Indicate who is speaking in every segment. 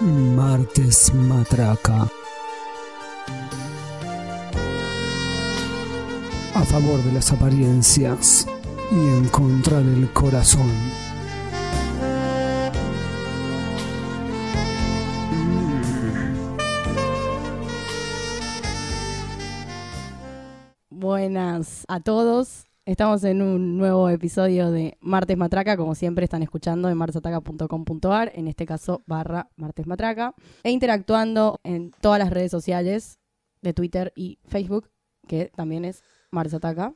Speaker 1: Martes Matraca. A favor de las apariencias y en contra del corazón.
Speaker 2: Buenas a todos. Estamos en un nuevo episodio de Martes Matraca, como siempre están escuchando en martesataca.com.ar, en este caso barra Martes Matraca, e interactuando en todas las redes sociales de Twitter y Facebook, que también es Martes Ataca.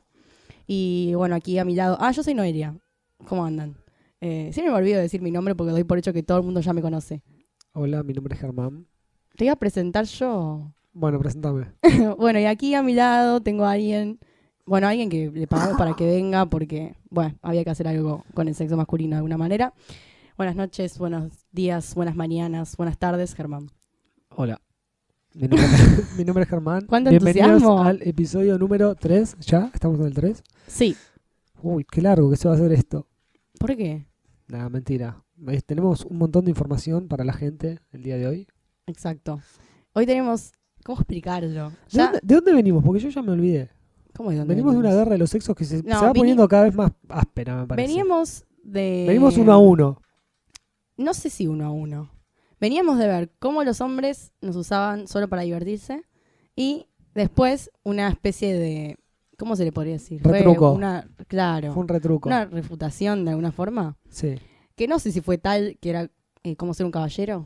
Speaker 2: Y bueno, aquí a mi lado, ah, yo soy Noelia, ¿cómo andan? Eh, siempre me olvido de decir mi nombre porque doy por hecho que todo el mundo ya me conoce.
Speaker 1: Hola, mi nombre es Germán.
Speaker 2: Te iba a presentar yo.
Speaker 1: Bueno, presentame.
Speaker 2: Bueno, y aquí a mi lado tengo a alguien, bueno, a alguien que le pagamos para que venga porque, bueno, había que hacer algo con el sexo masculino de alguna manera. Buenas noches, buenos días, buenas mañanas, buenas tardes, Germán.
Speaker 3: Hola. Mi nombre, mi nombre es Germán.
Speaker 2: ¿Cuánto
Speaker 3: Bienvenidos
Speaker 2: entusiasmo?
Speaker 3: al episodio número 3. ¿Ya? ¿Estamos en el 3?
Speaker 2: Sí,
Speaker 3: Uy, qué largo que se va a hacer esto.
Speaker 2: ¿por qué?
Speaker 3: Nada, mentira. Eh, Tenemos un montón de información para la gente el día de hoy.
Speaker 2: Exacto. Hoy tenemos, ¿cómo explicarlo?
Speaker 3: ¿De,
Speaker 2: Ya,
Speaker 3: dónde, de dónde venimos? Porque yo ya me olvidé.
Speaker 2: ¿cómo es dónde
Speaker 3: Venimos de una guerra de los sexos que se, se
Speaker 2: No,
Speaker 3: va
Speaker 2: vini-
Speaker 3: poniendo cada vez más áspera, me parece.
Speaker 2: Veníamos de...
Speaker 3: Venimos uno a uno.
Speaker 2: No sé si uno a uno. Veníamos de ver cómo los hombres nos usaban solo para divertirse y después una especie de... ¿Cómo se le podría decir? Fue
Speaker 3: Retruco.
Speaker 2: Una, claro.
Speaker 3: Fue un retruco.
Speaker 2: Una refutación de alguna forma.
Speaker 3: Sí.
Speaker 2: Que no sé si fue tal que era eh, cómo ser un caballero.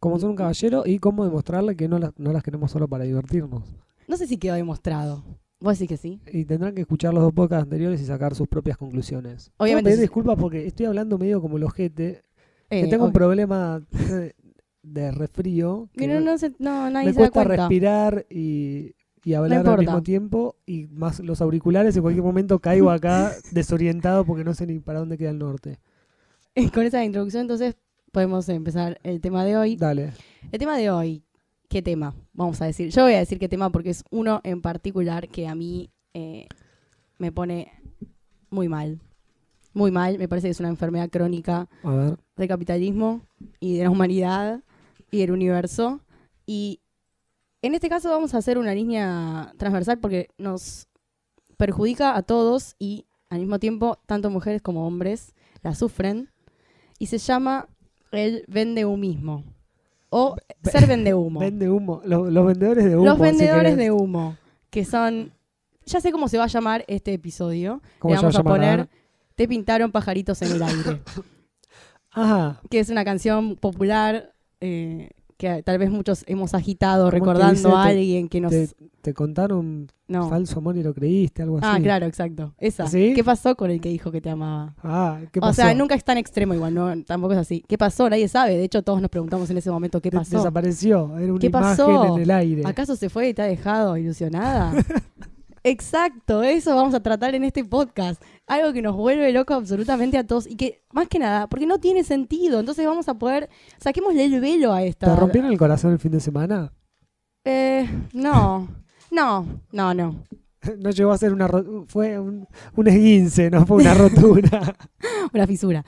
Speaker 3: Cómo ser un caballero y cómo demostrarle que no las, no las queremos solo para divertirnos.
Speaker 2: No sé si quedó demostrado. ¿Vos decís que sí?
Speaker 3: Y tendrán que escuchar los dos podcasts anteriores y sacar sus propias conclusiones. Quiero
Speaker 2: Obviamente
Speaker 3: pedir
Speaker 2: sí.
Speaker 3: disculpas porque estoy hablando medio como el ojete.
Speaker 2: Eh,
Speaker 3: que tengo un
Speaker 2: ok.
Speaker 3: problema de, de resfrío. que
Speaker 2: Que no, no, se- no, nadie
Speaker 3: me
Speaker 2: se da
Speaker 3: cuesta
Speaker 2: cuenta.
Speaker 3: respirar y, y hablar al
Speaker 2: importa.
Speaker 3: mismo tiempo. Y más los auriculares, en cualquier momento caigo acá desorientado porque no sé ni para dónde queda el norte.
Speaker 2: Con esa introducción entonces podemos empezar el tema de hoy.
Speaker 3: Dale.
Speaker 2: El tema de hoy, ¿qué tema? Vamos a decir. Yo voy a decir qué tema porque es uno en particular que a mí eh, me pone muy mal. Muy mal. Me parece que es una enfermedad crónica
Speaker 3: A ver.
Speaker 2: del capitalismo y de la humanidad y del universo. Y en este caso vamos a hacer una línea transversal porque nos perjudica a todos y al mismo tiempo tanto mujeres como hombres la sufren. Y se llama el vendehumismo o ser vendehumo.
Speaker 3: Vende humo. Los, los vendedores de humo.
Speaker 2: Los vendedores
Speaker 3: si querés.
Speaker 2: de humo, que son... Ya sé cómo se va a llamar este episodio.
Speaker 3: ¿Cómo
Speaker 2: Le
Speaker 3: se
Speaker 2: vamos a
Speaker 3: llama?
Speaker 2: poner... Te pintaron pajaritos en el aire
Speaker 3: Ajá.
Speaker 2: que es una canción popular eh, que tal vez muchos hemos agitado
Speaker 3: ¿Cómo que
Speaker 2: recordando
Speaker 3: dice?
Speaker 2: a
Speaker 3: Te-
Speaker 2: alguien que nos...
Speaker 3: Te, te contaron
Speaker 2: no.
Speaker 3: falso amor y lo creíste, algo así.
Speaker 2: Ah, claro, exacto. Esa.
Speaker 3: ¿Sí?
Speaker 2: ¿Qué pasó con el que dijo que te amaba?
Speaker 3: Ah, ¿qué
Speaker 2: O
Speaker 3: pasó?
Speaker 2: sea, nunca es tan extremo igual, no, tampoco es así. ¿Qué pasó? Nadie sabe. De hecho, todos nos preguntamos en ese momento qué
Speaker 3: De-
Speaker 2: pasó.
Speaker 3: Desapareció. Era una
Speaker 2: ¿Qué
Speaker 3: imagen
Speaker 2: pasó?
Speaker 3: en el aire.
Speaker 2: ¿Acaso se fue y te ha dejado ilusionada? Exacto, eso vamos a tratar en este podcast. Algo que nos vuelve loco absolutamente a todos y que, más que nada, porque no tiene sentido. Entonces vamos a poder, saquémosle el velo a esta...
Speaker 3: ¿Te rompieron el corazón el fin de semana?
Speaker 2: Eh, no. No, no, no.
Speaker 3: No llegó a ser una ro- fue un, un esguince, no fue una rotura.
Speaker 2: Una fisura.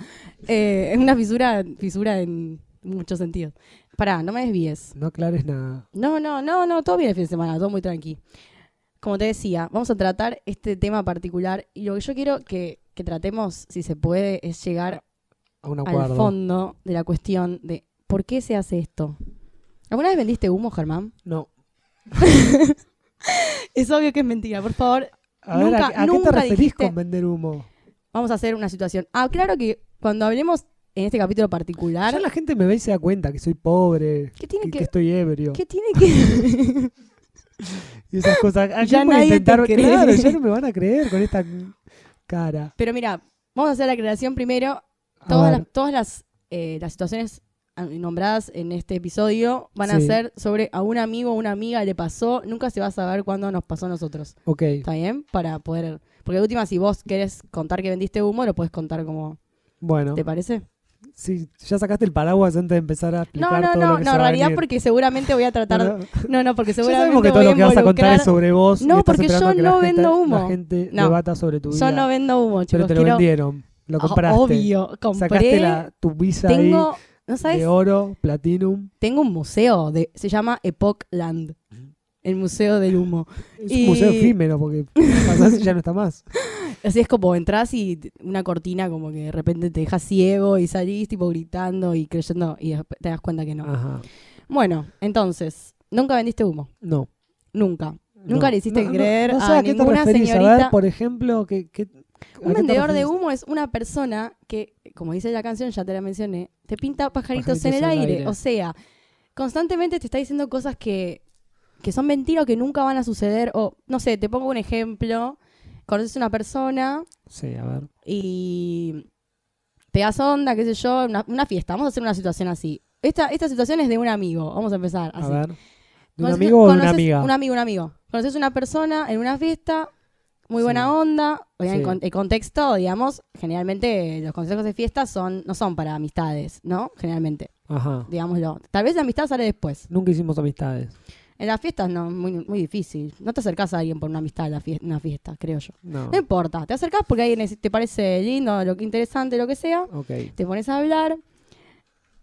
Speaker 2: Eh, es una fisura, fisura en muchos sentidos. Pará, no me desvíes.
Speaker 3: no aclares nada.
Speaker 2: No, no, no, no, todo bien el fin de semana, todo muy tranqui. Como te decía, vamos a tratar este tema particular y lo que yo quiero que, que tratemos, si se puede, es llegar
Speaker 3: A un
Speaker 2: al
Speaker 3: acuerdo.
Speaker 2: fondo de la cuestión de por qué se hace esto. ¿Alguna vez vendiste humo, Germán?
Speaker 3: No.
Speaker 2: Es obvio que es mentira, por favor.
Speaker 3: A ver, ¿a-
Speaker 2: Nunca-
Speaker 3: ¿a, qué
Speaker 2: nunca
Speaker 3: te referís
Speaker 2: dijiste-
Speaker 3: con vender humo?
Speaker 2: Vamos a hacer una situación. Ah, claro que cuando hablemos en este capítulo particular...
Speaker 3: Ya la gente me ve y se da cuenta que soy pobre,
Speaker 2: ¿Qué tiene
Speaker 3: que,
Speaker 2: que,
Speaker 3: que estoy ebrio.
Speaker 2: qué tiene que
Speaker 3: Y esas cosas. ¿A
Speaker 2: Ya
Speaker 3: quién voy a
Speaker 2: nadie te
Speaker 3: intentar-
Speaker 2: cree.
Speaker 3: Claro, ya no me van a creer con esta cara.
Speaker 2: Pero mira, vamos a hacer la creación primero.
Speaker 3: A
Speaker 2: Todas
Speaker 3: ver,
Speaker 2: las, todas las, eh, las situaciones ah, nombradas en este episodio van a
Speaker 3: Sí.
Speaker 2: ser sobre a un amigo o una amiga le pasó, nunca se va a saber cuándo nos pasó a nosotros.
Speaker 3: Ok.
Speaker 2: ¿Está bien? Para poder porque de última si vos querés contar que vendiste humo, lo puedes contar como
Speaker 3: Bueno,
Speaker 2: ¿te parece?
Speaker 3: sí, ya sacaste el paraguas antes de empezar a
Speaker 2: No,
Speaker 3: explicar
Speaker 2: no,
Speaker 3: todo
Speaker 2: no,
Speaker 3: lo que
Speaker 2: no,
Speaker 3: se
Speaker 2: en
Speaker 3: va a
Speaker 2: realidad
Speaker 3: venir.
Speaker 2: porque seguramente voy a tratar
Speaker 3: No, no.
Speaker 2: No, no, porque
Speaker 3: Ya
Speaker 2: seguramente
Speaker 3: sabemos que todo
Speaker 2: voy
Speaker 3: lo que vas a contar es
Speaker 2: involucrar-
Speaker 3: sobre vos. y
Speaker 2: No,
Speaker 3: estás
Speaker 2: porque yo
Speaker 3: esperando que la
Speaker 2: no
Speaker 3: gente-
Speaker 2: vendo humo.
Speaker 3: La gente
Speaker 2: No.
Speaker 3: debata sobre tu vida.
Speaker 2: Yo no vendo humo,
Speaker 3: pero
Speaker 2: chicos.
Speaker 3: te lo
Speaker 2: quiero- Ah,
Speaker 3: vendieron. Lo compraste.
Speaker 2: Obvio,
Speaker 3: Sacaste
Speaker 2: compré.
Speaker 3: la, tu visa
Speaker 2: tengo, ¿no
Speaker 3: ahí
Speaker 2: sabes?
Speaker 3: de oro, platinum.
Speaker 2: Tengo un museo, de, se llama Epoch Land, el Museo del Humo.
Speaker 3: Es
Speaker 2: Y-
Speaker 3: un museo efímero porque pasás y ya no está más.
Speaker 2: Así es como entras y t- una cortina como que de repente te deja ciego y salís tipo gritando y creyendo y desp- te das cuenta que no.
Speaker 3: Ajá.
Speaker 2: Bueno, entonces, nunca vendiste humo,
Speaker 3: No.
Speaker 2: nunca.
Speaker 3: no.
Speaker 2: Nunca le hiciste
Speaker 3: No, no,
Speaker 2: creer
Speaker 3: no sé
Speaker 2: a
Speaker 3: qué te
Speaker 2: ninguna
Speaker 3: referís. A ver,
Speaker 2: señorita.
Speaker 3: por ejemplo, que,
Speaker 2: Un vendedor de humo es una persona que, como dice la canción, ya te la mencioné, te pinta pajaritos,
Speaker 3: Pajaritos
Speaker 2: en
Speaker 3: en
Speaker 2: el
Speaker 3: el
Speaker 2: aire.
Speaker 3: aire.
Speaker 2: O sea, constantemente te está diciendo cosas que, que son mentiras o que nunca van a suceder. O, no sé, te pongo un ejemplo. Conoces a una persona
Speaker 3: Sí, a ver.
Speaker 2: y pegas onda, qué sé yo, una, una fiesta. Vamos a hacer una situación así. Esta, esta situación es de un amigo. Vamos a empezar
Speaker 3: A
Speaker 2: así.
Speaker 3: ver. ¿De un
Speaker 2: Conoces-
Speaker 3: amigo o de una
Speaker 2: conoces-
Speaker 3: amiga?
Speaker 2: Un amigo, un amigo. Conoces una persona en una fiesta, muy
Speaker 3: Sí.
Speaker 2: buena onda. Oigan,
Speaker 3: Sí.
Speaker 2: el, con- el contexto, digamos, generalmente los consejos de fiesta son, no son para amistades, ¿no? Generalmente,
Speaker 3: Ajá.
Speaker 2: digámoslo. Tal vez la amistad sale después.
Speaker 3: Nunca hicimos amistades.
Speaker 2: En las fiestas no, muy, muy difícil. No te acercás a alguien por una amistad en la fie- en una fiesta, creo yo.
Speaker 3: No.
Speaker 2: No importa, te acercás porque alguien es- te parece lindo, lo que interesante, lo que sea
Speaker 3: Ok.
Speaker 2: te pones a hablar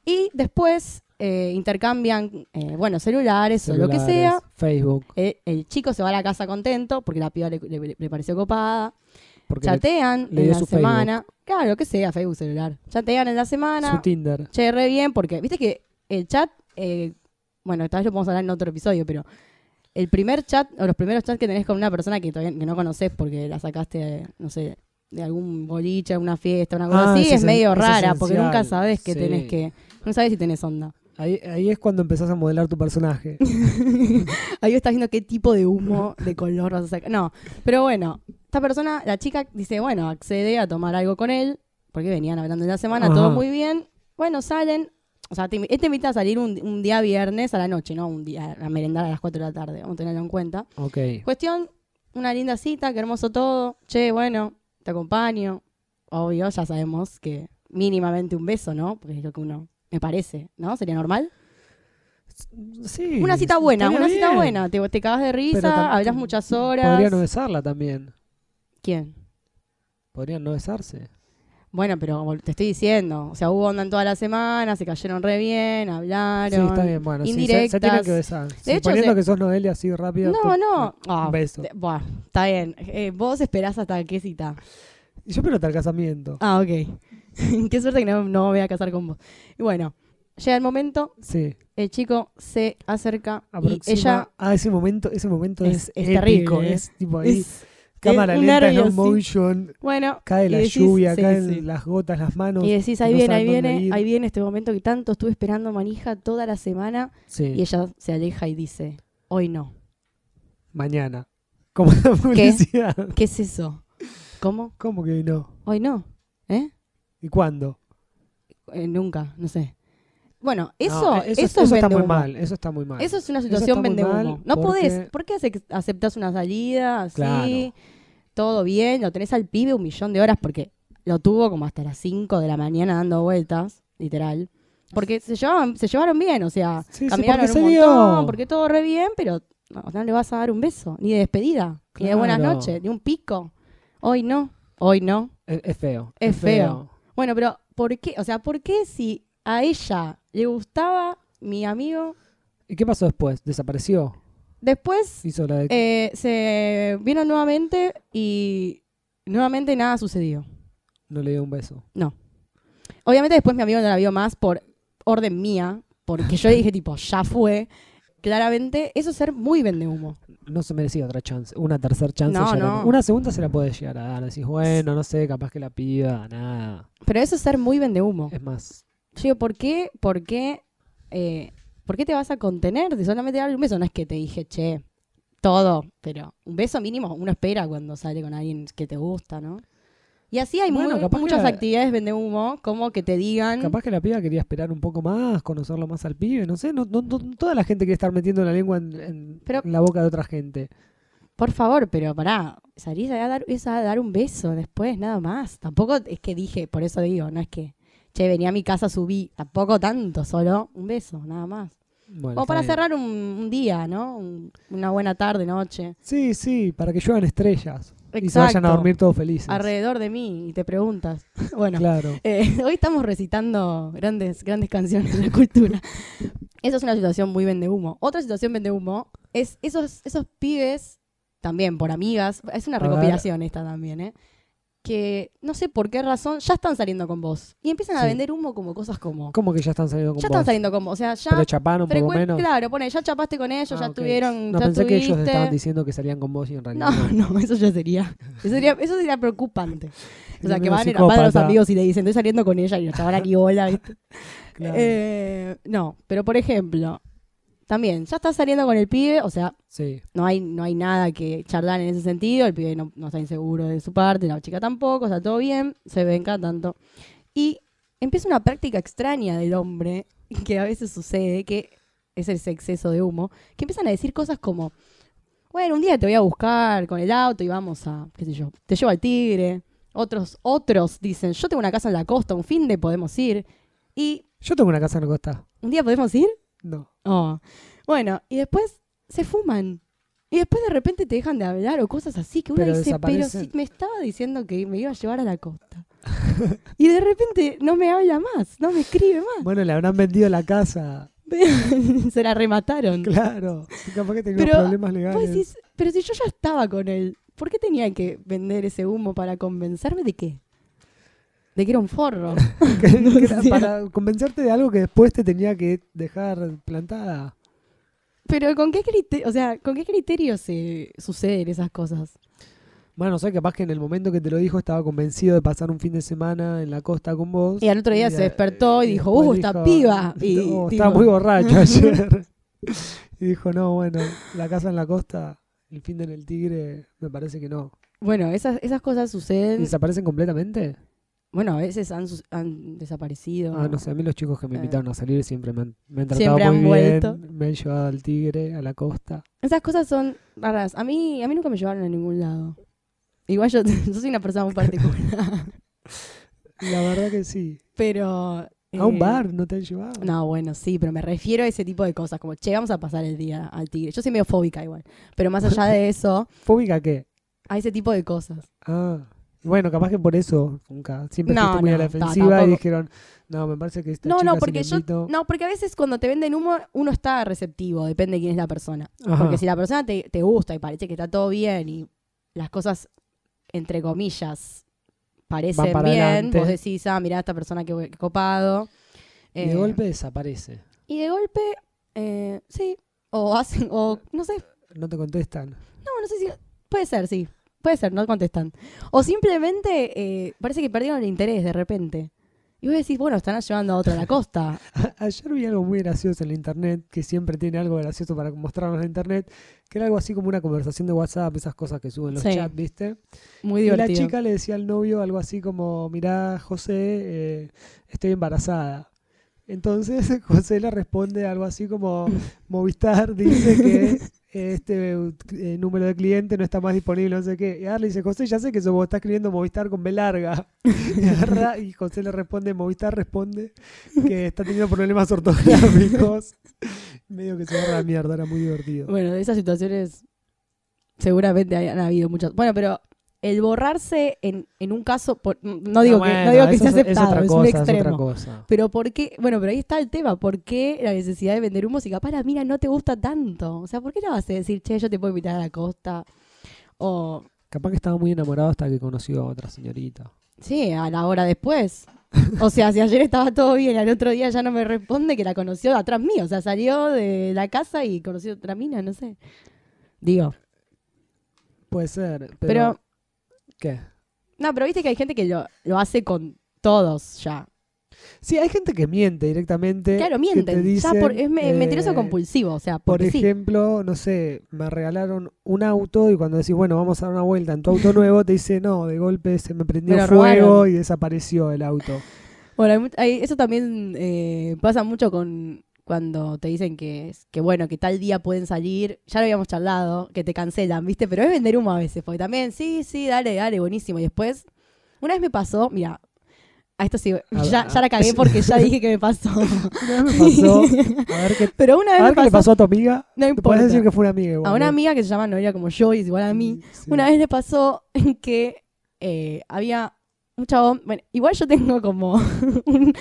Speaker 2: y después eh, intercambian, eh, bueno, celulares, o lo que sea.
Speaker 3: Celulares, Facebook.
Speaker 2: Eh, El, chico se va a la casa contento porque la piba le, le- le pareció copada.
Speaker 3: Porque le-
Speaker 2: Chatean
Speaker 3: le
Speaker 2: en
Speaker 3: dio
Speaker 2: la
Speaker 3: su
Speaker 2: semana. Claro, lo que sea, Facebook celular. Chatean en la semana.
Speaker 3: su Tinder.
Speaker 2: Che, re bien, porque viste que el chat, eh, bueno, tal vez lo podemos hablar en otro episodio, pero el primer chat o los primeros chats que tenés con una persona que todavía que no conoces porque la sacaste, no sé, de algún boliche, alguna fiesta, una cosa
Speaker 3: Ah,
Speaker 2: así,
Speaker 3: ese
Speaker 2: es
Speaker 3: es-
Speaker 2: medio
Speaker 3: ese es
Speaker 2: rara, porque
Speaker 3: esencial.
Speaker 2: nunca sabes que
Speaker 3: Sí.
Speaker 2: tenés que. No sabes si tenés onda.
Speaker 3: Ahí, ahí es cuando empezás a modelar tu personaje.
Speaker 2: Ahí estás viendo qué tipo de humo, de color vas a sacar. No, pero bueno, esta persona, la chica dice, bueno, accede a tomar algo con él, porque venían hablando en la semana, todo
Speaker 3: Ajá.
Speaker 2: muy bien. Bueno, salen. O sea, te, invi- él te invita a salir un, un día viernes a la noche, ¿no? Un día a merendar a las 4 de la tarde, vamos a tenerlo en cuenta.
Speaker 3: Ok.
Speaker 2: Cuestión, una linda cita, qué hermoso todo. Che, bueno, te acompaño. Obvio, ya sabemos que mínimamente un beso, ¿no? Porque es lo que uno me parece, ¿no? Sería normal.
Speaker 3: Sí.
Speaker 2: Una cita buena,
Speaker 3: estaría
Speaker 2: una cita
Speaker 3: bien.
Speaker 2: buena. Te, te cagas de
Speaker 3: Pero tam-
Speaker 2: risa, hablas muchas horas.
Speaker 3: Podría no besarla también.
Speaker 2: ¿Quién?
Speaker 3: Podrían no besarse.
Speaker 2: Bueno, pero como te estoy diciendo, o sea, hubo onda en toda la semana, se cayeron re bien, hablaron.
Speaker 3: sí, está bien. Bueno, sí, se- se,
Speaker 2: indirectas.
Speaker 3: tienen que besar. Sí,
Speaker 2: hecho,
Speaker 3: poniendo
Speaker 2: se-
Speaker 3: que sos Noelia así rápido.
Speaker 2: No,
Speaker 3: tu-
Speaker 2: no. Ah,
Speaker 3: Un beso.
Speaker 2: de- buah, está bien. Eh, vos esperás hasta qué cita.
Speaker 3: Y Yo espero hasta el casamiento.
Speaker 2: Ah, ok. qué suerte que no, no me voy a casar con vos. Y bueno, llega el momento,
Speaker 3: Sí.
Speaker 2: el chico se acerca y
Speaker 3: Aproxima
Speaker 2: ella
Speaker 3: a ese momento, ese momento
Speaker 2: Es-
Speaker 3: es,
Speaker 2: es
Speaker 3: épico,
Speaker 2: terrible,
Speaker 3: es tipo ahí,
Speaker 2: es,
Speaker 3: cámara
Speaker 2: es un
Speaker 3: lenta,
Speaker 2: nervio,
Speaker 3: slow
Speaker 2: sí.
Speaker 3: motion,
Speaker 2: bueno,
Speaker 3: cae
Speaker 2: y
Speaker 3: la
Speaker 2: decís-
Speaker 3: lluvia,
Speaker 2: sí,
Speaker 3: caen
Speaker 2: sí.
Speaker 3: las gotas, las manos.
Speaker 2: Y decís, ahí
Speaker 3: no
Speaker 2: viene,
Speaker 3: saben
Speaker 2: ahí
Speaker 3: dónde
Speaker 2: viene,
Speaker 3: ir.
Speaker 2: ahí viene este momento que tanto estuve esperando manija toda la semana.
Speaker 3: Sí,
Speaker 2: Y ella se aleja y dice, hoy no.
Speaker 3: mañana. Como la publicidad.
Speaker 2: ¿Qué es eso? ¿Cómo?
Speaker 3: ¿Cómo que no?
Speaker 2: Hoy no. ¿Eh?
Speaker 3: ¿Y cuándo?
Speaker 2: Eh, nunca, no sé. Bueno,
Speaker 3: No,
Speaker 2: eso,
Speaker 3: eh,
Speaker 2: eso, es
Speaker 3: está muy
Speaker 2: vendehumo.
Speaker 3: mal, eso está muy mal.
Speaker 2: Eso es una
Speaker 3: Eso
Speaker 2: situación
Speaker 3: está muy
Speaker 2: vendehumo.
Speaker 3: mal
Speaker 2: no podés.
Speaker 3: porque-
Speaker 2: ¿Por qué ace- aceptás una salida así?
Speaker 3: Claro.
Speaker 2: Todo bien, lo tenés al pibe un millón de horas porque lo tuvo como hasta las 5 de la mañana dando vueltas, literal. Porque se llevaban, se llevaron bien, o sea,
Speaker 3: Sí, sí,
Speaker 2: caminaron
Speaker 3: porque se
Speaker 2: un
Speaker 3: dio.
Speaker 2: montón, porque todo re bien, pero no, no le vas a dar un beso, ni de despedida, ni de buenas
Speaker 3: Claro.
Speaker 2: noches, ni un pico. Hoy no, hoy no.
Speaker 3: Es, es feo.
Speaker 2: Es feo. Bueno, pero ¿por qué? O sea, ¿por qué si a ella le gustaba mi amigo,
Speaker 3: ¿Y qué pasó después? ¿Desapareció?
Speaker 2: después
Speaker 3: Hizo la de...
Speaker 2: eh, se vieron nuevamente y nuevamente nada sucedió?
Speaker 3: No le dio un beso.
Speaker 2: Obviamente después mi amigo no la vio más por orden mía, porque yo le dije tipo, ya fue. Claramente, eso es ser muy vendehumo.
Speaker 3: No se merecía otra chance. Una tercera chance.
Speaker 2: No,
Speaker 3: ya era-
Speaker 2: no.
Speaker 3: Una segunda se la puede llegar a dar. Decís, bueno, no sé, capaz que la piba, nada.
Speaker 2: Pero eso es ser muy vendehumo.
Speaker 3: Es más,
Speaker 2: Yo digo, ¿por qué, por qué, eh, por qué te vas a contener de solamente darle un beso? No es que te dije, che, todo, pero un beso mínimo uno espera cuando sale con alguien que te gusta, ¿no? Y así hay
Speaker 3: Bueno,
Speaker 2: mu-
Speaker 3: capaz que
Speaker 2: muchas
Speaker 3: la-
Speaker 2: actividades vende humo, como que te digan,
Speaker 3: capaz que la piba quería esperar un poco más, conocerlo más al pibe, no sé, no, no- no- toda la gente quiere estar metiendo la lengua en, en-
Speaker 2: Pero-
Speaker 3: en la boca de otra gente.
Speaker 2: por favor, pero pará, salís a dar, es a dar un beso después, nada más. Tampoco es que dije, por eso digo, no es que, che, venía a mi casa, subí, tampoco tanto, solo un beso, nada más.
Speaker 3: Bueno,
Speaker 2: O
Speaker 3: está
Speaker 2: para
Speaker 3: bien.
Speaker 2: cerrar un, un día, ¿no? Un- una buena tarde, noche.
Speaker 3: Sí, sí, para que lluevan estrellas. y se vayan a
Speaker 2: Exacto.
Speaker 3: dormir todos felices.
Speaker 2: alrededor de mí y te preguntas. Bueno,
Speaker 3: Claro.
Speaker 2: eh, hoy estamos recitando grandes, grandes canciones de la cultura. Esa es una situación muy vende humo. Otra situación vende humo es esos, esos pibes, también por amigas, es una
Speaker 3: A ver.
Speaker 2: recopilación esta también, ¿eh? que no sé por qué razón ya están saliendo con vos. Y empiezan a
Speaker 3: Sí.
Speaker 2: vender humo como cosas como...
Speaker 3: ¿Cómo que ya están saliendo con
Speaker 2: Ya están
Speaker 3: vos?
Speaker 2: saliendo con vos, o sea, ya...
Speaker 3: Pero chaparon por lo
Speaker 2: frecuen-
Speaker 3: menos.
Speaker 2: Claro, pone, ya chapaste con ellos,
Speaker 3: Ah,
Speaker 2: ya
Speaker 3: ok.
Speaker 2: estuvieron,
Speaker 3: No,
Speaker 2: ya
Speaker 3: pensé que ellos
Speaker 2: estuviste.
Speaker 3: estaban diciendo que salían con vos y en realidad
Speaker 2: No, no, eso ya sería. Eso sería, eso sería preocupante. O sea,
Speaker 3: Medio
Speaker 2: que van, a- van a los
Speaker 3: psicópata.
Speaker 2: amigos y te dicen, estoy saliendo con ella y la chavala ni hola. ¿viste?
Speaker 3: Claro.
Speaker 2: Eh, no, pero por ejemplo, también, ya estás saliendo con el pibe, o sea,
Speaker 3: Sí,
Speaker 2: no hay, no hay nada que charlar en ese sentido, el pibe no, no está inseguro de su parte, la chica tampoco, o sea, todo bien, se ven cada tanto. Y empieza una práctica extraña del hombre, que a veces sucede, que es ese exceso de humo, que empiezan a decir cosas como, bueno, un día te voy a buscar con el auto y vamos a, qué sé yo, te llevo al tigre. Otros, otros dicen, yo tengo una casa en la costa, un fin de podemos ir. Y,
Speaker 3: Yo tengo una casa en la costa.
Speaker 2: ¿un día podemos ir?
Speaker 3: No.
Speaker 2: Oh. Bueno, y después se fuman. Y después de repente te dejan de hablar o cosas así que uno
Speaker 3: Pero
Speaker 2: dice, pero
Speaker 3: desaparecen.
Speaker 2: si me estaba diciendo que me iba a llevar a la costa. y de repente no me habla más, no me escribe más.
Speaker 3: Bueno, le habrán vendido la casa.
Speaker 2: Se la remataron.
Speaker 3: Claro. Y capaz que tenía
Speaker 2: Pero,
Speaker 3: problemas legales.
Speaker 2: Vos decís, pero si yo ya estaba con él, ¿por qué tenía que vender ese humo para convencerme de qué? De que era un forro.
Speaker 3: Que- que era
Speaker 2: o sea.
Speaker 3: Para convencerte de algo que después te tenía que dejar plantada.
Speaker 2: pero ¿con qué criterio, o sea, ¿con qué criterio se suceden esas cosas?
Speaker 3: Bueno, no sé, capaz que en el momento que te lo dijo estaba convencido de pasar un fin de semana en la costa con vos.
Speaker 2: Y al otro día
Speaker 3: Y,
Speaker 2: se
Speaker 3: eh,
Speaker 2: despertó y, dijo,
Speaker 3: después
Speaker 2: ¡uh, esta
Speaker 3: dijo,
Speaker 2: piba! Y
Speaker 3: "No,
Speaker 2: dijo,
Speaker 3: estaba muy borracho ayer. y dijo, no, bueno, la casa en la costa, el fin del el tigre, me parece que no.
Speaker 2: Bueno, esas, esas cosas
Speaker 3: ¿Y
Speaker 2: suceden.
Speaker 3: ¿Desaparecen completamente?
Speaker 2: bueno, a veces han, sus- han desaparecido.
Speaker 3: Ah, no sé, a mí los chicos que me
Speaker 2: Eh.
Speaker 3: invitaron a salir siempre me han, me han tratado
Speaker 2: Siempre han
Speaker 3: muy bien.
Speaker 2: vuelto.
Speaker 3: Me han llevado al tigre, a la costa.
Speaker 2: Esas cosas son raras. A mí, a mí nunca me llevaron a ningún lado. Igual yo, yo soy una persona muy particular.
Speaker 3: La verdad que sí.
Speaker 2: pero. eh,
Speaker 3: A un bar no te han llevado.
Speaker 2: No, bueno, sí, pero me refiero a ese tipo de cosas, como, che, vamos a pasar el día al tigre. Yo soy medio fóbica igual, pero más allá de eso,
Speaker 3: ¿Fóbica qué?
Speaker 2: a ese tipo de cosas.
Speaker 3: Ah. Bueno, capaz que por eso nunca. Siempre
Speaker 2: No,
Speaker 3: fuiste muy a
Speaker 2: no,
Speaker 3: la
Speaker 2: ta-
Speaker 3: defensiva y
Speaker 2: tampoco.
Speaker 3: dijeron, no, me parece que esta
Speaker 2: no,
Speaker 3: chica
Speaker 2: no,
Speaker 3: si
Speaker 2: porque
Speaker 3: la
Speaker 2: yo,
Speaker 3: invito-
Speaker 2: no, porque a veces cuando te venden humo, uno está receptivo, depende de quién es la persona.
Speaker 3: Ajá.
Speaker 2: Porque si la persona te, te gusta y parece que está todo bien y las cosas, entre comillas, parecen
Speaker 3: Van para
Speaker 2: bien,
Speaker 3: adelante.
Speaker 2: vos decís, ah, mirá, esta persona que, bu- que copado.
Speaker 3: Y
Speaker 2: Eh,
Speaker 3: de golpe desaparece.
Speaker 2: Y de golpe, eh, sí. O hacen, o no sé,
Speaker 3: No te contestan.
Speaker 2: no, no sé si. Puede ser, sí. Puede ser, no contestan. O simplemente eh, parece que perdieron el interés de repente. Y vos decís, bueno, están llevando a otro a la costa.
Speaker 3: Ayer vi algo muy gracioso en la internet, que siempre tiene algo gracioso para mostrarnos en internet, que era algo así como una conversación de WhatsApp, esas cosas que suben los
Speaker 2: Sí.
Speaker 3: chats, ¿viste?
Speaker 2: Muy
Speaker 3: Y la
Speaker 2: divertido.
Speaker 3: chica le decía al novio algo así como, mirá, José, eh, estoy embarazada. Entonces José le responde algo así como, Movistar dice que este eh, número de cliente no está más disponible, no sé qué. Y ahora le dice, José, ya sé que eso vos estás escribiendo Movistar con B larga. Y, agarra y José le responde, Movistar responde que está teniendo problemas ortográficos. Medio que se agarra la mierda, era muy divertido.
Speaker 2: Bueno, de esas situaciones seguramente hay- han habido muchas. Bueno, pero el borrarse en, en un caso, por- no digo
Speaker 3: Ah,
Speaker 2: que,
Speaker 3: bueno,
Speaker 2: no digo que
Speaker 3: eso
Speaker 2: sea
Speaker 3: es-
Speaker 2: aceptado, es,
Speaker 3: es otra
Speaker 2: un
Speaker 3: cosa, es
Speaker 2: extremo.
Speaker 3: otra cosa.
Speaker 2: Pero por qué, bueno, pero ahí está el tema, ¿por qué la necesidad de vender humos y capaz la mina no te gusta tanto? O sea, ¿por qué la vas a decir, che, yo te puedo invitar a la costa? O,
Speaker 3: Capaz que estaba muy enamorado hasta que conoció a otra señorita.
Speaker 2: sí, a la hora después. O sea, si ayer estaba todo bien, al otro día ya no me responde que la conoció atrás mío. O sea, salió de la casa y conoció otra mina, no sé. Digo,
Speaker 3: Puede ser,
Speaker 2: pero
Speaker 3: pero, ¿qué?
Speaker 2: No, pero viste que hay gente que lo, lo hace con todos ya.
Speaker 3: Sí, hay gente que miente directamente.
Speaker 2: claro,
Speaker 3: Eh, que
Speaker 2: mienten.
Speaker 3: te
Speaker 2: ya
Speaker 3: dicen,
Speaker 2: por- es me-
Speaker 3: eh,
Speaker 2: mentiroso compulsivo, o sea,
Speaker 3: Por
Speaker 2: porque sí.
Speaker 3: ejemplo, no sé, me regalaron un auto y cuando decís, bueno, vamos a dar una vuelta en tu auto nuevo, te dice, no, de golpe se me prendió
Speaker 2: Me lo
Speaker 3: fuego
Speaker 2: robaron.
Speaker 3: y desapareció el auto.
Speaker 2: Bueno, hay mu- hay- eso también eh, pasa mucho con cuando te dicen que, es- que bueno, que tal día pueden salir, ya lo habíamos charlado, que te cancelan, ¿viste? Pero es vender humo a veces, porque también, sí, sí, dale, dale, buenísimo. Y después, una vez me pasó, mira, A esto sí,
Speaker 3: A ver,
Speaker 2: ya, ya la cagué
Speaker 3: a-
Speaker 2: porque ya dije que me pasó.
Speaker 3: Una vez me pasó. A ver qué,
Speaker 2: Pero una
Speaker 3: a
Speaker 2: vez
Speaker 3: ver
Speaker 2: me
Speaker 3: qué le
Speaker 2: pasó,
Speaker 3: pasó a tu amiga.
Speaker 2: no
Speaker 3: Te puedes
Speaker 2: importa.
Speaker 3: decir que fue una amiga. igual,
Speaker 2: A una
Speaker 3: ¿no?
Speaker 2: amiga que se llama Noelia como yo y es igual a mí,
Speaker 3: Sí.
Speaker 2: una vez le pasó que eh, había un chabón, bueno, igual yo tengo como un-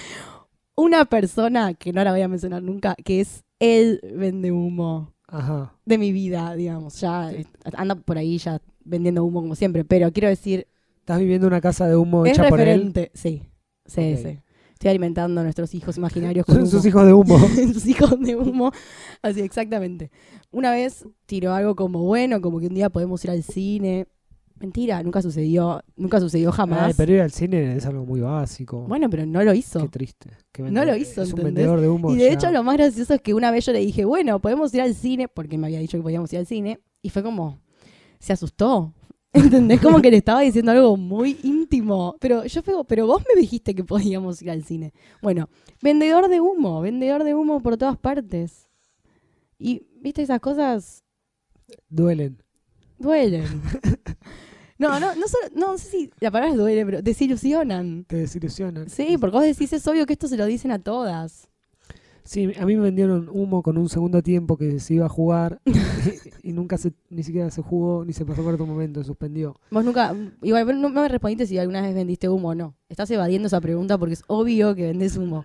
Speaker 2: una persona que no la voy a mencionar nunca, que es el vende humo
Speaker 3: Ajá.
Speaker 2: de mi vida, digamos, ya eh, anda por ahí ya vendiendo humo como siempre, pero quiero decir,
Speaker 3: Estás viviendo una casa de humo
Speaker 2: es
Speaker 3: hecha por él.
Speaker 2: referente, sí, sí,
Speaker 3: Ok.
Speaker 2: sí. Estoy alimentando a nuestros hijos imaginarios con
Speaker 3: Son
Speaker 2: humo.
Speaker 3: sus hijos de humo.
Speaker 2: sus hijos de humo. Así, exactamente. Una vez tiró algo como bueno, como que un día podemos ir al cine. Mentira, nunca sucedió, nunca sucedió jamás.
Speaker 3: Ay, pero ir al cine es algo muy básico.
Speaker 2: Bueno, pero no lo hizo.
Speaker 3: Qué triste. Qué
Speaker 2: No
Speaker 3: vendedor-
Speaker 2: lo hizo,
Speaker 3: Es un
Speaker 2: ¿entendés?
Speaker 3: vendedor de humo.
Speaker 2: Y de
Speaker 3: ya.
Speaker 2: hecho lo más gracioso es que una vez yo le dije, bueno, podemos ir al cine, porque me había dicho que podíamos ir al cine, y fue como, se asustó. ¿Entendés? Como que le estaba diciendo algo muy íntimo. Pero yo fue, como, pero vos me dijiste que podíamos ir al cine. Bueno, vendedor de humo, vendedor de humo por todas partes. Y, viste, esas cosas
Speaker 3: Duelen.
Speaker 2: duelen. No, no, no, solo- no sé si la palabra es duele, pero desilusionan.
Speaker 3: Te desilusionan.
Speaker 2: Sí, porque vos decís, es obvio que esto se lo dicen a todas.
Speaker 3: Sí, a mí me vendieron humo con un segundo tiempo que se iba a jugar y, y nunca se, ni siquiera se jugó ni se pasó por otro momento, se suspendió.
Speaker 2: Vos nunca, igual pero no no me respondiste si alguna vez vendiste humo o no. Estás evadiendo esa pregunta porque es obvio que vendés humo.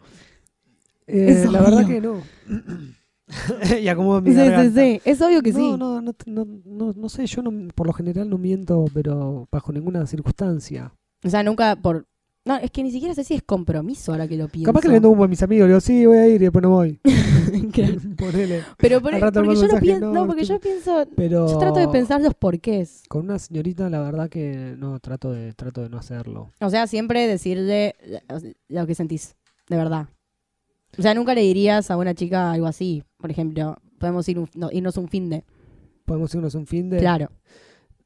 Speaker 3: Eh,
Speaker 2: Es
Speaker 3: la verdad
Speaker 2: obvio.
Speaker 3: que no. y acomodo mi
Speaker 2: Sí, sí,
Speaker 3: garganta.
Speaker 2: sí, es obvio que sí.
Speaker 3: No, no, no, no, no, no sé, yo no, por lo general no miento, pero bajo ninguna circunstancia.
Speaker 2: O sea, nunca por... No, es que ni siquiera sé si es compromiso ahora que lo pienso.
Speaker 3: Capaz que le vendo humo a mis amigos, le digo, sí, voy a ir y después no voy.
Speaker 2: Claro.
Speaker 3: Ponele.
Speaker 2: Pero por-
Speaker 3: Al rato
Speaker 2: porque
Speaker 3: mando
Speaker 2: yo lo
Speaker 3: mensaje,
Speaker 2: pienso...
Speaker 3: no, Oh.
Speaker 2: No, porque yo pienso...
Speaker 3: Pero
Speaker 2: Yo trato de pensar los porqués.
Speaker 3: Con una señorita, la verdad que no, trato de, trato de no hacerlo.
Speaker 2: O sea, siempre decirle lo que sentís, de verdad. O sea, nunca le dirías a una chica algo así, por ejemplo. Podemos ir un- no, irnos un fin de...
Speaker 3: Podemos irnos un fin de...
Speaker 2: Claro.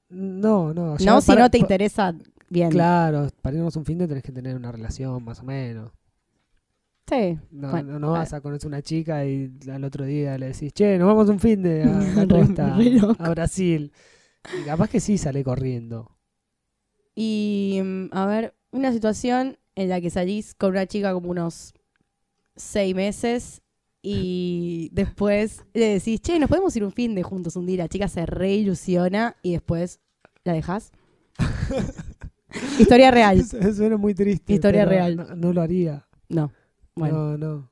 Speaker 3: No, no. ya
Speaker 2: No, si
Speaker 3: para-
Speaker 2: no te
Speaker 3: pa-
Speaker 2: interesa bien.
Speaker 3: Claro, para irnos un fin de tenés que tener una relación, más o menos.
Speaker 2: Sí.
Speaker 3: No,
Speaker 2: Bueno,
Speaker 3: no- no
Speaker 2: a
Speaker 3: vas a conocer una chica y al otro día le decís, che, nos vamos un fin de a la
Speaker 2: Re-
Speaker 3: costa,
Speaker 2: re loco.
Speaker 3: a Brasil. Y capaz que sí sale corriendo.
Speaker 2: Y mm, a ver, una situación en la que salís con una chica como unos seis meses y después le decís, che, nos podemos ir un fin de juntos un día. Y La chica se reilusiona y después la dejas. Historia real.
Speaker 3: Eso suena muy triste.
Speaker 2: Historia
Speaker 3: pero
Speaker 2: real.
Speaker 3: No, no lo haría.
Speaker 2: No.
Speaker 3: No,
Speaker 2: Bueno.
Speaker 3: no.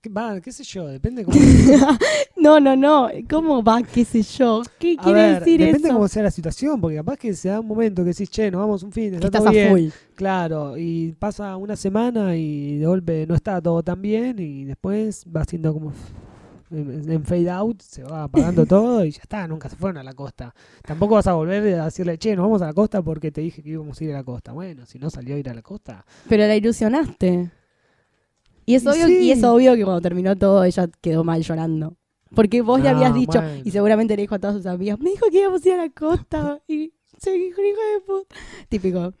Speaker 3: Que- Va, qué sé yo, depende cómo,
Speaker 2: No, no, no. ¿Cómo va? ¿Qué sé yo? ¿Qué
Speaker 3: A
Speaker 2: quiere
Speaker 3: ver,
Speaker 2: decir
Speaker 3: depende
Speaker 2: eso?
Speaker 3: cómo sea la situación, porque capaz que se da un momento que decís, che, nos vamos un fin de
Speaker 2: Que
Speaker 3: está
Speaker 2: estás
Speaker 3: todo
Speaker 2: a
Speaker 3: bien.
Speaker 2: full.
Speaker 3: Claro, y pasa una semana y de golpe no está todo tan bien y después va siendo como en, en fade out, se va apagando todo y ya está, nunca se fueron a la costa. Tampoco vas a volver a decirle, che, nos vamos a la costa porque te dije que íbamos a ir a la costa. Bueno, si no salió a ir a la costa.
Speaker 2: Pero la ilusionaste. Y es,
Speaker 3: Y
Speaker 2: obvio,
Speaker 3: sí.
Speaker 2: y es obvio que cuando terminó todo ella quedó mal llorando. Porque vos le
Speaker 3: Ah,
Speaker 2: habías dicho,
Speaker 3: bueno.
Speaker 2: y seguramente le dijo a todas sus amigas, me dijo que íbamos a ir a la costa. Y se dijo, hijo de puta. Típico.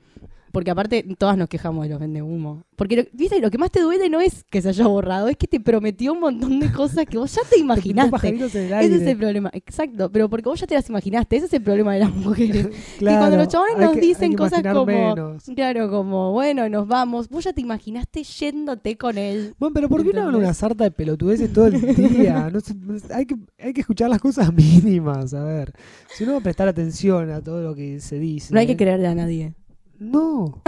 Speaker 2: Porque aparte todas nos quejamos de los vende humo. Porque lo, viste, lo que más te duele no es que se haya borrado, es que te prometió un montón de cosas que vos ya te
Speaker 3: Te pintó
Speaker 2: imaginaste.
Speaker 3: pajaritos en el
Speaker 2: Ese es
Speaker 3: aire.
Speaker 2: el problema, exacto. Pero porque vos ya te las imaginaste, ese es el problema de las mujeres.
Speaker 3: Claro,
Speaker 2: cuando los chabones
Speaker 3: hay
Speaker 2: nos
Speaker 3: que- hay
Speaker 2: dicen
Speaker 3: que
Speaker 2: cosas
Speaker 3: imaginar
Speaker 2: como-
Speaker 3: menos.
Speaker 2: Claro, como, bueno, nos vamos. Vos ya te imaginaste yéndote con él.
Speaker 3: Bueno, pero ¿por qué no hablan
Speaker 2: ¿Entendés?
Speaker 3: una sarta de pelotudeces todo el día? No sé, hay, que, hay que escuchar las cosas mínimas, a ver. Si uno va a prestar atención a todo lo que se dice.
Speaker 2: No hay que creerle a nadie.
Speaker 3: No,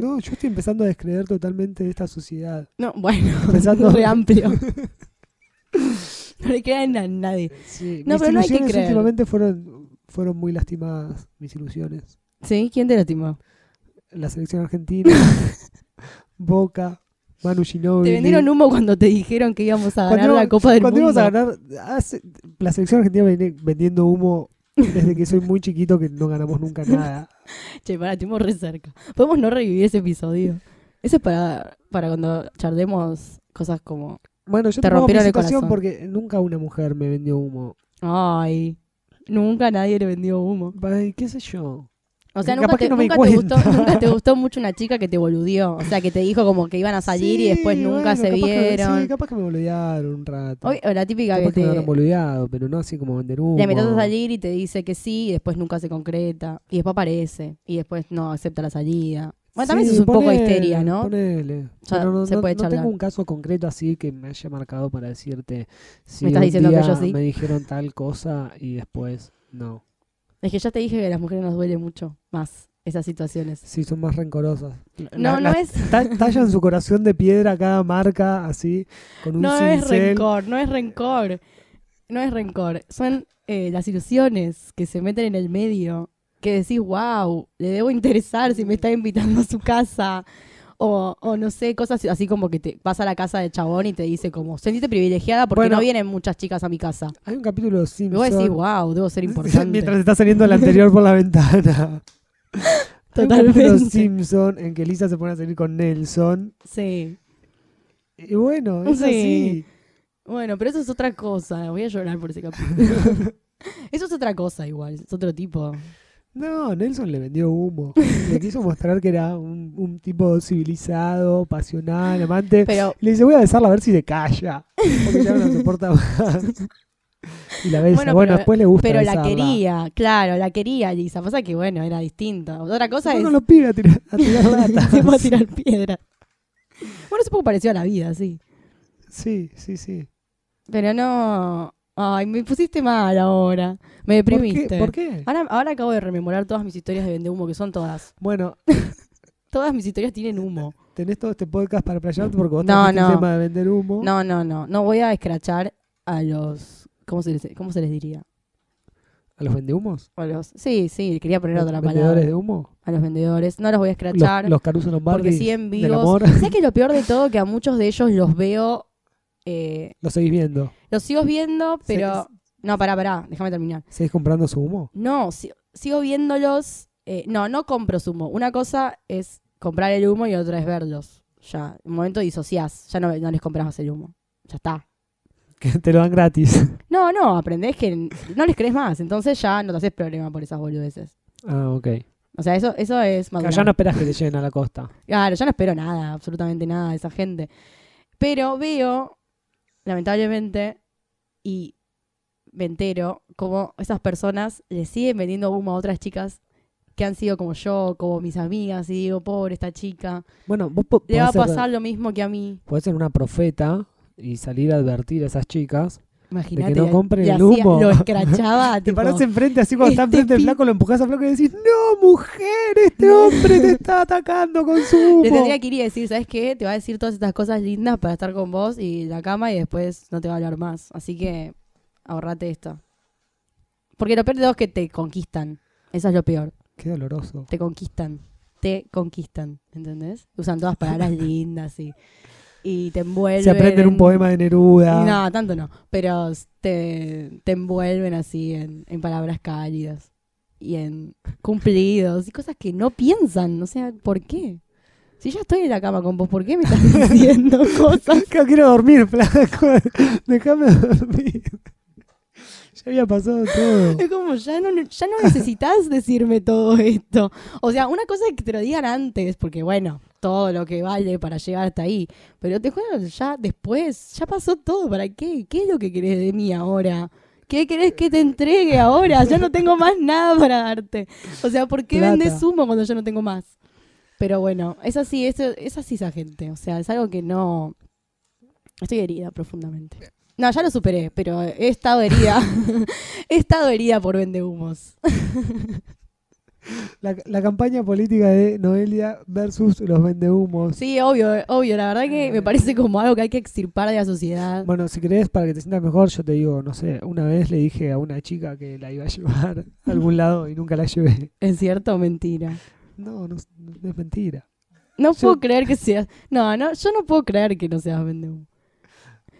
Speaker 3: no, yo estoy empezando a descreer totalmente de esta sociedad.
Speaker 2: No, bueno,
Speaker 3: Pensando-
Speaker 2: re amplio. no le quedan a nadie.
Speaker 3: Sí,
Speaker 2: No,
Speaker 3: mis
Speaker 2: pero no hay que
Speaker 3: ilusiones
Speaker 2: creer.
Speaker 3: últimamente fueron, fueron muy lastimadas, mis ilusiones.
Speaker 2: ¿Sí? ¿Quién te lastimó?
Speaker 3: La selección argentina, Boca, Manu Ginóbili.
Speaker 2: Te vendieron humo cuando te dijeron que íbamos a
Speaker 3: Cuando
Speaker 2: ganar la
Speaker 3: íbamos-
Speaker 2: Copa del
Speaker 3: Cuando
Speaker 2: Mundo.
Speaker 3: íbamos a ganar, hace- la selección argentina viene vendiendo humo desde que soy muy chiquito que no ganamos nunca nada.
Speaker 2: Che, pará, estuvimos re cerca. Podemos no revivir ese episodio. Eso es para, para cuando charlemos cosas como...
Speaker 3: Bueno, yo te
Speaker 2: Te
Speaker 3: pongo mi
Speaker 2: rompieron el
Speaker 3: situación
Speaker 2: corazón.
Speaker 3: porque nunca una mujer me vendió humo.
Speaker 2: Ay, nunca nadie le vendió humo.
Speaker 3: Ay, qué sé yo.
Speaker 2: O sea,
Speaker 3: Capaz
Speaker 2: nunca,
Speaker 3: que
Speaker 2: te,
Speaker 3: no me di
Speaker 2: nunca, te
Speaker 3: cuenta.
Speaker 2: gustó, nunca te gustó mucho una chica que te boludió. O sea, que te dijo como que iban a salir y
Speaker 3: Sí,
Speaker 2: después nunca
Speaker 3: bueno,
Speaker 2: se
Speaker 3: capaz que me-
Speaker 2: vieron. este,
Speaker 3: sí, capaz que me boludearon un rato.
Speaker 2: Obvio, la típica
Speaker 3: Capaz
Speaker 2: que
Speaker 3: que me
Speaker 2: te...
Speaker 3: habrán boludeado, pero no así como vender humo.
Speaker 2: Le metes a salir y te dice que sí, y después nunca se concreta. Y después aparece. Y después no acepta la salida. Bueno, también
Speaker 3: Sí,
Speaker 2: eso es un poco de
Speaker 3: ponele,
Speaker 2: histeria, ¿no?
Speaker 3: Ponele.
Speaker 2: Ya
Speaker 3: Pero no,
Speaker 2: se
Speaker 3: no-
Speaker 2: puede
Speaker 3: no
Speaker 2: charlar.
Speaker 3: tengo un caso concreto así que me haya marcado para decirte si
Speaker 2: Me estás
Speaker 3: un
Speaker 2: diciendo que
Speaker 3: día
Speaker 2: yo sí.
Speaker 3: me dijeron tal cosa y después no.
Speaker 2: Es que ya te dije que a las mujeres nos duele mucho más esas situaciones.
Speaker 3: Sí, son más rencorosas.
Speaker 2: No,
Speaker 3: La-
Speaker 2: no
Speaker 3: las
Speaker 2: es,
Speaker 3: ta- Tallan su corazón de piedra cada marca así con un
Speaker 2: no es
Speaker 3: cincel.
Speaker 2: rencor, no es rencor. No es rencor. Son eh, las ilusiones que se meten en el medio. Que decís, wow, le debo interesar si me está invitando a su casa. O, o no sé, cosas así como que te vas a la casa del chabón y te dice como, sentiste privilegiada porque
Speaker 3: Bueno.
Speaker 2: no vienen muchas chicas a mi casa.
Speaker 3: Hay un capítulo de los
Speaker 2: Y vos decís,
Speaker 3: Simpsons.
Speaker 2: wow, debo ser importante.
Speaker 3: Mientras está saliendo el anterior por la ventana. Hay un capítulo de Los
Speaker 2: Totalmente.
Speaker 3: Simpson en que Lisa se pone a salir con Nelson.
Speaker 2: Sí.
Speaker 3: Y bueno, es
Speaker 2: Sí.
Speaker 3: así.
Speaker 2: Bueno, pero eso es otra cosa. Voy a llorar por ese capítulo. eso es otra cosa igual, es otro tipo.
Speaker 3: No, Nelson le vendió humo. Le quiso mostrar que era un, un tipo civilizado, pasional, amante.
Speaker 2: Pero
Speaker 3: Y le dice, voy a besarla a ver si se calla. Porque ya no soporta más. Y la besa.
Speaker 2: Bueno,
Speaker 3: Bueno,
Speaker 2: pero-
Speaker 3: después le gusta
Speaker 2: pero la
Speaker 3: besarla.
Speaker 2: quería, claro, la quería Lisa. Pasa que bueno, era distinta. Otra cosa
Speaker 3: Fue
Speaker 2: es
Speaker 3: con los pibes a tirar, a tirar latas.
Speaker 2: se fue a tirar piedra. Bueno, es un poco parecido a la vida, sí.
Speaker 3: Sí, sí, sí.
Speaker 2: Pero no. Ay, me pusiste mal ahora. Me deprimiste.
Speaker 3: ¿Por qué? ¿Por qué?
Speaker 2: Ahora, ahora acabo de rememorar todas mis historias de vende humo, que son todas.
Speaker 3: Bueno,
Speaker 2: Todas mis historias tienen humo.
Speaker 3: tenés todo este podcast para playarte porque vos
Speaker 2: No,
Speaker 3: trajiste
Speaker 2: no.
Speaker 3: el tema de vender humo.
Speaker 2: No, no, no. No voy a escrachar a los. ¿Cómo se les, cómo se les diría?
Speaker 3: ¿A los vendehumos?
Speaker 2: A los, sí, sí, quería poner
Speaker 3: ¿Los
Speaker 2: otra
Speaker 3: vendedores
Speaker 2: palabra.
Speaker 3: de humo?
Speaker 2: A los vendedores. No los voy a escrachar.
Speaker 3: Los, los Caruso Lombardi
Speaker 2: porque siguen
Speaker 3: del
Speaker 2: vivos.
Speaker 3: amor.
Speaker 2: ¿Sabes que lo peor de todo? Que a muchos de ellos los veo. eh,
Speaker 3: Los seguís viendo.
Speaker 2: los sigo viendo,
Speaker 3: Se-
Speaker 2: pero. No, pará, pará. Déjame terminar.
Speaker 3: ¿Seguís comprando su humo?
Speaker 2: No, si- sigo viéndolos. eh, no, no compro su humo. Una cosa es comprar el humo y otra es verlos. Ya, en un momento disociás. Ya no, no les compras más el humo. Ya está.
Speaker 3: Que te lo dan gratis.
Speaker 2: No, no, aprendés que n- no les crees más. Entonces ya no te haces problema por esas boludeces.
Speaker 3: Ah, ok.
Speaker 2: O sea, eso, eso es madurar.
Speaker 3: Allá no esperas que te lleguen a la costa.
Speaker 2: Claro, yo no espero nada, absolutamente nada de esa gente. Pero veo, lamentablemente, y me entero como esas personas le siguen vendiendo humo a otras chicas que han sido como yo, como mis amigas, y digo, pobre esta chica,
Speaker 3: Bueno, vos po-
Speaker 2: le va a
Speaker 3: podés ser-
Speaker 2: pasar lo mismo que a mí.
Speaker 3: podés ser una profeta y salir a advertir a esas chicas.
Speaker 2: Imagínate.
Speaker 3: De que no
Speaker 2: le-
Speaker 3: compren
Speaker 2: le
Speaker 3: el
Speaker 2: hacía-
Speaker 3: humo.
Speaker 2: Lo escrachaba.
Speaker 3: Te
Speaker 2: tipo,
Speaker 3: parás enfrente, así cuando está
Speaker 2: este
Speaker 3: enfrente del
Speaker 2: pi-
Speaker 3: flaco, lo empujás al flaco y decís, no, mujer, este hombre te está atacando con su humo.
Speaker 2: le tendría que ir y decir, ¿sabes qué? Te va a decir todas estas cosas lindas para estar con vos y la cama y después no te va a hablar más. Así que ahorrate esto. Porque lo peor de todo es que te conquistan. Eso es lo peor.
Speaker 3: Qué doloroso.
Speaker 2: Te conquistan. Te conquistan. ¿Entendés? Usan todas palabras lindas y, y te envuelven.
Speaker 3: Se aprenden un poema de Neruda.
Speaker 2: No, tanto no. Pero te, te envuelven así en, en palabras cálidas y en cumplidos y cosas que no piensan. O sea, ¿por qué? Si ya estoy en la cama con vos, ¿por qué me estás diciendo cosas?
Speaker 3: Que quiero dormir, flaco. Déjame dormir. Ya había pasado todo.
Speaker 2: Es como, ya no, ya no necesitas decirme todo esto. O sea, una cosa es que te lo digan antes, porque bueno, todo lo que vale para llegar hasta ahí. Pero te juro, ya después, ya pasó todo. ¿Para qué? ¿Qué es lo que querés de mí ahora? ¿Qué querés que te entregue ahora? Ya no tengo más nada para darte. O sea, ¿por qué
Speaker 3: Plata.
Speaker 2: vendes humo cuando yo no tengo más? Pero bueno, es así, es, es así esa gente. O sea, es algo que no... Estoy herida profundamente. No, ya lo superé, pero he estado herida. he estado herida por vendehumos.
Speaker 3: La, la campaña política de Noelia versus los vendehumos.
Speaker 2: Sí, obvio, obvio. La verdad que me parece como algo que hay que extirpar de la sociedad.
Speaker 3: Bueno, si querés, para que te sientas mejor, yo te digo, no sé, una vez le dije a una chica que la iba a llevar a algún lado y nunca la llevé.
Speaker 2: ¿Es cierto o mentira?
Speaker 3: No, no, es- no es mentira.
Speaker 2: No
Speaker 3: Yo-
Speaker 2: puedo creer que seas. No, no, yo no puedo creer que no seas vendehumo.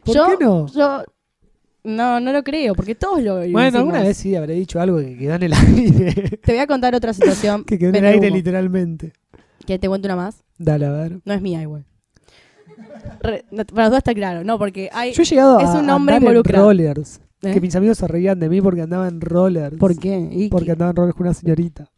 Speaker 3: ¿Por
Speaker 2: Yo-
Speaker 3: qué no?
Speaker 2: Yo. No, no lo creo, porque todos lo. lo
Speaker 3: Bueno, alguna
Speaker 2: hicimos.
Speaker 3: vez sí habré dicho algo que quedó en el aire.
Speaker 2: Te voy a contar otra situación.
Speaker 3: que quedó en el
Speaker 2: Vendehumo.
Speaker 3: aire literalmente.
Speaker 2: ¿Quieres que te cuento una más?
Speaker 3: Dale, a ver.
Speaker 2: No es mía igual. Re- no, para los dos está claro, no, porque hay.
Speaker 3: Yo he llegado
Speaker 2: Eh, Es
Speaker 3: a
Speaker 2: un
Speaker 3: andar
Speaker 2: hombre
Speaker 3: en
Speaker 2: involucrado.
Speaker 3: rollers.
Speaker 2: ¿Eh?
Speaker 3: Que mis amigos se reían de mí porque andaba en rollers.
Speaker 2: ¿Por qué? ¿Y
Speaker 3: Porque
Speaker 2: qué?
Speaker 3: andaba en rollers con una señorita.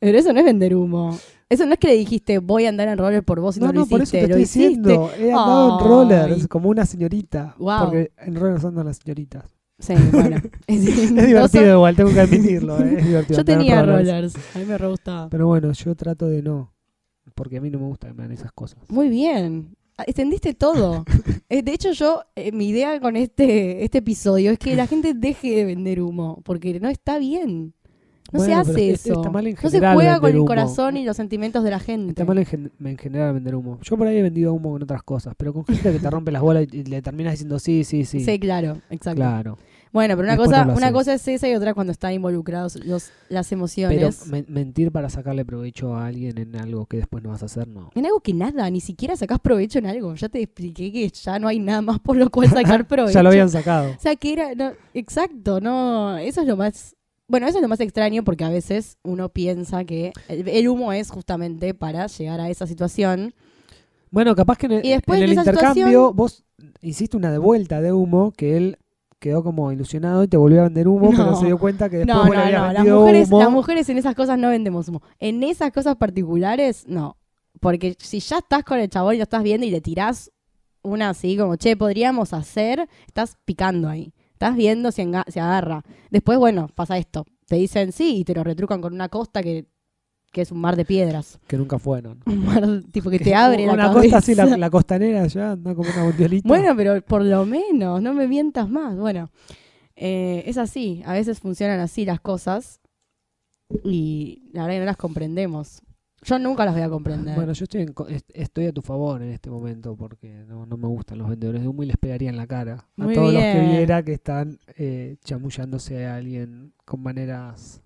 Speaker 2: Pero eso no es vender humo. Eso no es que le dijiste voy a andar en roller por vos y no,
Speaker 3: No,
Speaker 2: lo
Speaker 3: no, por eso
Speaker 2: hiciste.
Speaker 3: te estoy
Speaker 2: lo hiciste.
Speaker 3: diciendo. He andado
Speaker 2: Ay.
Speaker 3: en rollers como una señorita.
Speaker 2: Guau.
Speaker 3: Porque en rollers andan las señoritas.
Speaker 2: Sí, bueno. es,
Speaker 3: Es divertido igual, tengo que admitirlo. eh, es divertido
Speaker 2: Yo
Speaker 3: andar en
Speaker 2: tenía
Speaker 3: rollers.
Speaker 2: rollers. A mí me re gustaba.
Speaker 3: Pero bueno, yo trato de no. porque a mí no me gusta que me hagan esas cosas.
Speaker 2: Muy bien. Ah, Extendiste todo. Eh, De hecho, yo, eh, mi idea con este, este episodio es que la gente deje de vender humo, porque no está bien. No se
Speaker 3: Bueno, pero
Speaker 2: hace
Speaker 3: es-
Speaker 2: eso.
Speaker 3: está mal en
Speaker 2: no se
Speaker 3: general
Speaker 2: juega con
Speaker 3: vender
Speaker 2: el
Speaker 3: humo.
Speaker 2: corazón y los sentimientos de la gente.
Speaker 3: Está mal en, gen- en general vender humo. Yo por ahí he vendido humo con otras cosas, pero con gente que te rompe las bolas y le terminas diciendo sí, sí, sí.
Speaker 2: sí. claro, exacto.
Speaker 3: claro.
Speaker 2: Bueno, pero una
Speaker 3: Después
Speaker 2: cosa,
Speaker 3: no lo
Speaker 2: una
Speaker 3: haces.
Speaker 2: cosa es esa y otra cuando están involucrados los, las
Speaker 3: Pero
Speaker 2: emociones.
Speaker 3: men- mentir para sacarle provecho a alguien en algo que después no vas a hacer, no.
Speaker 2: En algo que nada, ni siquiera sacás provecho en algo. Ya te expliqué que ya no hay nada más por lo cual sacar provecho.
Speaker 3: Ya lo habían sacado.
Speaker 2: O sea, que era. no, exacto, no. Eso es lo más. Bueno, eso es lo más extraño porque a veces uno piensa que el, el humo es justamente para llegar a esa situación.
Speaker 3: Bueno, capaz que en el,
Speaker 2: Y después
Speaker 3: en el
Speaker 2: de esa
Speaker 3: intercambio
Speaker 2: situación-
Speaker 3: vos hiciste una devuelta de humo que él quedó como ilusionado y te volvió a vender humo,
Speaker 2: No.
Speaker 3: pero se dio cuenta que después
Speaker 2: No,
Speaker 3: vos le
Speaker 2: no,
Speaker 3: habías
Speaker 2: no. Las
Speaker 3: vendido
Speaker 2: mujeres,
Speaker 3: humo.
Speaker 2: las mujeres en esas cosas no vendemos humo. En esas cosas particulares, no. Porque si ya estás con el chabón y lo estás viendo y le tirás una así como, che, podríamos hacer, estás picando ahí. Estás viendo si enga- si agarra. Después, bueno, pasa esto. Te dicen sí y te lo retrucan con una costa que, que es un mar de piedras.
Speaker 3: Que nunca fueron.
Speaker 2: un mar, tipo que te abre la
Speaker 3: Una
Speaker 2: cabeza.
Speaker 3: costa así, la, la costanera ya, anda como una bondiolita.
Speaker 2: Bueno, pero por lo menos, no me mientas más. Bueno, eh, es así, a veces funcionan así las cosas y la verdad que no las comprendemos. Yo nunca las voy a comprender.
Speaker 3: Bueno, yo estoy, en co- est- estoy a tu favor en este momento porque no, no me gustan los vendedores de humo y les pegaría en la cara a
Speaker 2: Muy
Speaker 3: todos los
Speaker 2: bien.
Speaker 3: que viera que están eh, chamullándose a alguien con maneras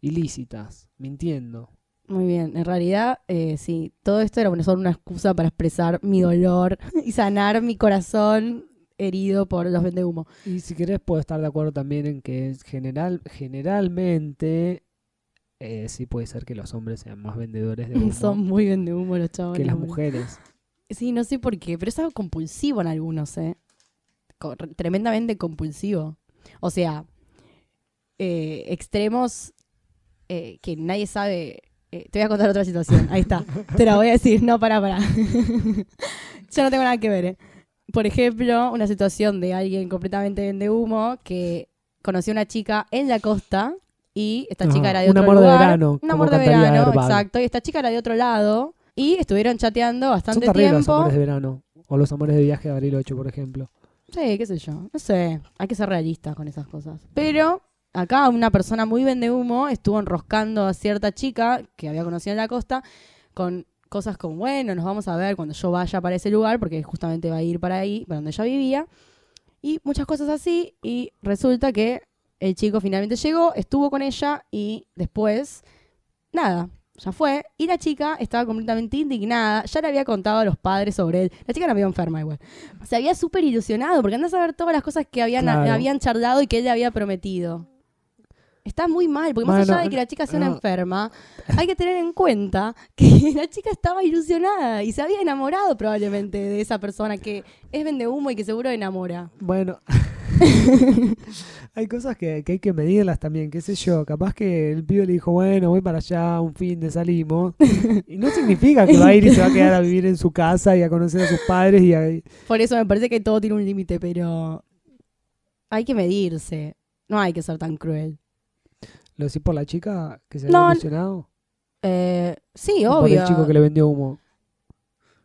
Speaker 3: ilícitas, mintiendo.
Speaker 2: Muy bien, en realidad eh, sí, todo esto era una- solo una excusa para expresar mi dolor y sanar mi corazón herido por los vendehumos.
Speaker 3: Y si querés puedo estar de acuerdo también en que es general, generalmente eh, sí puede ser que los hombres sean más vendedores de humo
Speaker 2: Son muy vendehumos los chavales.
Speaker 3: que las
Speaker 2: boludo.
Speaker 3: mujeres.
Speaker 2: Sí, no sé por qué, pero es algo compulsivo en algunos, ¿eh? Co- tremendamente compulsivo. O sea, eh, extremos eh, que nadie sabe. eh, te voy a contar otra situación, ahí está. Te la voy a decir, no, pará, pará. Yo no tengo nada que ver, ¿eh? Por ejemplo, una situación de alguien completamente vende humo que conoció a una chica en la costa y esta
Speaker 3: Ajá,
Speaker 2: chica era de
Speaker 3: Ah, un
Speaker 2: otro
Speaker 3: amor de
Speaker 2: lugar.
Speaker 3: verano,
Speaker 2: Un
Speaker 3: como
Speaker 2: amor de
Speaker 3: cantaría
Speaker 2: verano,
Speaker 3: Airbag.
Speaker 2: exacto. Y esta chica era de otro lado y estuvieron chateando
Speaker 3: Son
Speaker 2: bastante
Speaker 3: terribles los
Speaker 2: tiempo.
Speaker 3: amores de verano o los amores de viaje de Bariloche, por ejemplo.
Speaker 2: Sí, qué sé yo. No sé, hay que ser realistas con esas cosas. Pero acá una persona muy vende humo estuvo enroscando a cierta chica que había conocido en la costa con cosas como, bueno, nos vamos a ver cuando yo vaya para ese lugar, porque justamente va a ir para ahí, para donde ella vivía. Y muchas cosas así. Y resulta que el chico finalmente llegó, estuvo con ella y después, nada. Ya fue, y la chica estaba completamente indignada, ya le había contado a los padres sobre él. La chica no había enferma igual se había súper ilusionado, porque andás a ver todas las cosas que habían,
Speaker 3: Claro.
Speaker 2: habían charlado y que él le había prometido. Está muy mal, porque más
Speaker 3: Bueno,
Speaker 2: allá de que la chica sea una
Speaker 3: no.
Speaker 2: enferma, hay que tener en cuenta que la chica estaba ilusionada y se había enamorado probablemente de esa persona que es vende humo y que seguro enamora.
Speaker 3: Bueno, hay cosas que, que hay que medirlas también, qué sé yo. Capaz que el pibe le dijo, bueno, voy para allá, un fin de salimos. Y no significa que va a ir y se va a quedar a vivir en su casa y a conocer a sus padres. y a-
Speaker 2: Por eso me parece que todo tiene un límite, pero hay que medirse. No hay que ser tan cruel.
Speaker 3: ¿Lo decís por la chica que se
Speaker 2: No,
Speaker 3: había ilusionado?
Speaker 2: Eh, sí,
Speaker 3: ¿O
Speaker 2: obvio.
Speaker 3: por el chico que le vendió humo?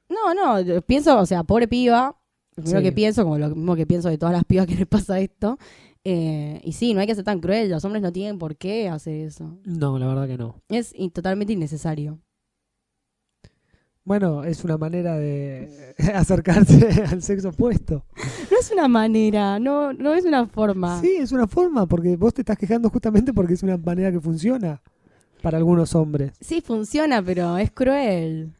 Speaker 2: No, no, yo pienso, o sea, pobre piba, lo primero
Speaker 3: Sí.
Speaker 2: que pienso, como lo mismo que pienso de todas las pibas que les pasa esto. eh, y sí, no hay que ser tan cruel, los hombres no tienen por qué hacer eso.
Speaker 3: No, la verdad que no.
Speaker 2: Es in- totalmente innecesario.
Speaker 3: Bueno, es una manera de acercarse al sexo opuesto.
Speaker 2: No es una manera, no, no es una forma.
Speaker 3: Sí, es una forma, porque vos te estás quejando justamente porque es una manera que funciona para algunos hombres.
Speaker 2: Sí, funciona, pero es cruel.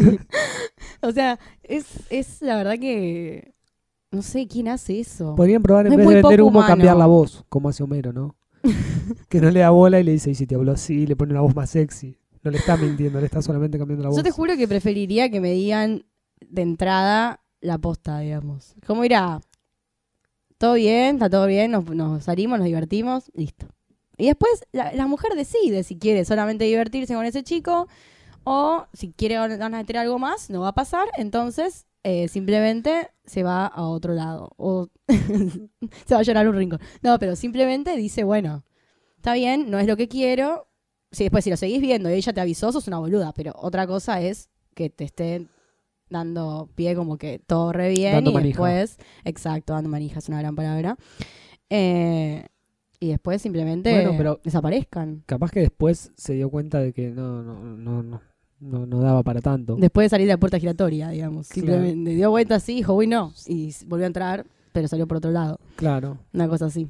Speaker 2: o sea, es, es la verdad que no sé quién hace eso.
Speaker 3: Podrían probar en
Speaker 2: Es
Speaker 3: vez de
Speaker 2: muy
Speaker 3: vender
Speaker 2: poco
Speaker 3: humo
Speaker 2: humano.
Speaker 3: cambiar la voz, como hace Homero, ¿no? que no le da bola y le dice, y si te habló así, le pone una voz más sexy. No le está mintiendo, le está solamente cambiando la voz.
Speaker 2: Yo te juro que preferiría que me digan de entrada la posta, digamos. Como irá, todo bien, está todo bien, nos, nos salimos, nos divertimos, listo. Y después la, la mujer decide si quiere solamente divertirse con ese chico o si quiere gan- ganas de tener algo más, no va a pasar, entonces eh, simplemente se va a otro lado o se va a llorar un rincón. No, pero simplemente dice, bueno, está bien, no es lo que quiero, si después si lo seguís viendo y ella te avisó, sos una boluda. Pero otra cosa es que te estén dando pie como que todo re bien
Speaker 3: Dando
Speaker 2: y
Speaker 3: manija.
Speaker 2: después, exacto, dando manija es una gran palabra. Eh, y después simplemente
Speaker 3: Bueno, pero-
Speaker 2: desaparezcan.
Speaker 3: Capaz que después se dio cuenta de que no, no, no, no, no, no daba para tanto.
Speaker 2: Después de salir de la puerta giratoria, digamos.
Speaker 3: Claro.
Speaker 2: Simplemente dio vuelta así, dijo, uy, no. Y volvió a entrar, pero salió por otro lado.
Speaker 3: Claro.
Speaker 2: Una cosa así.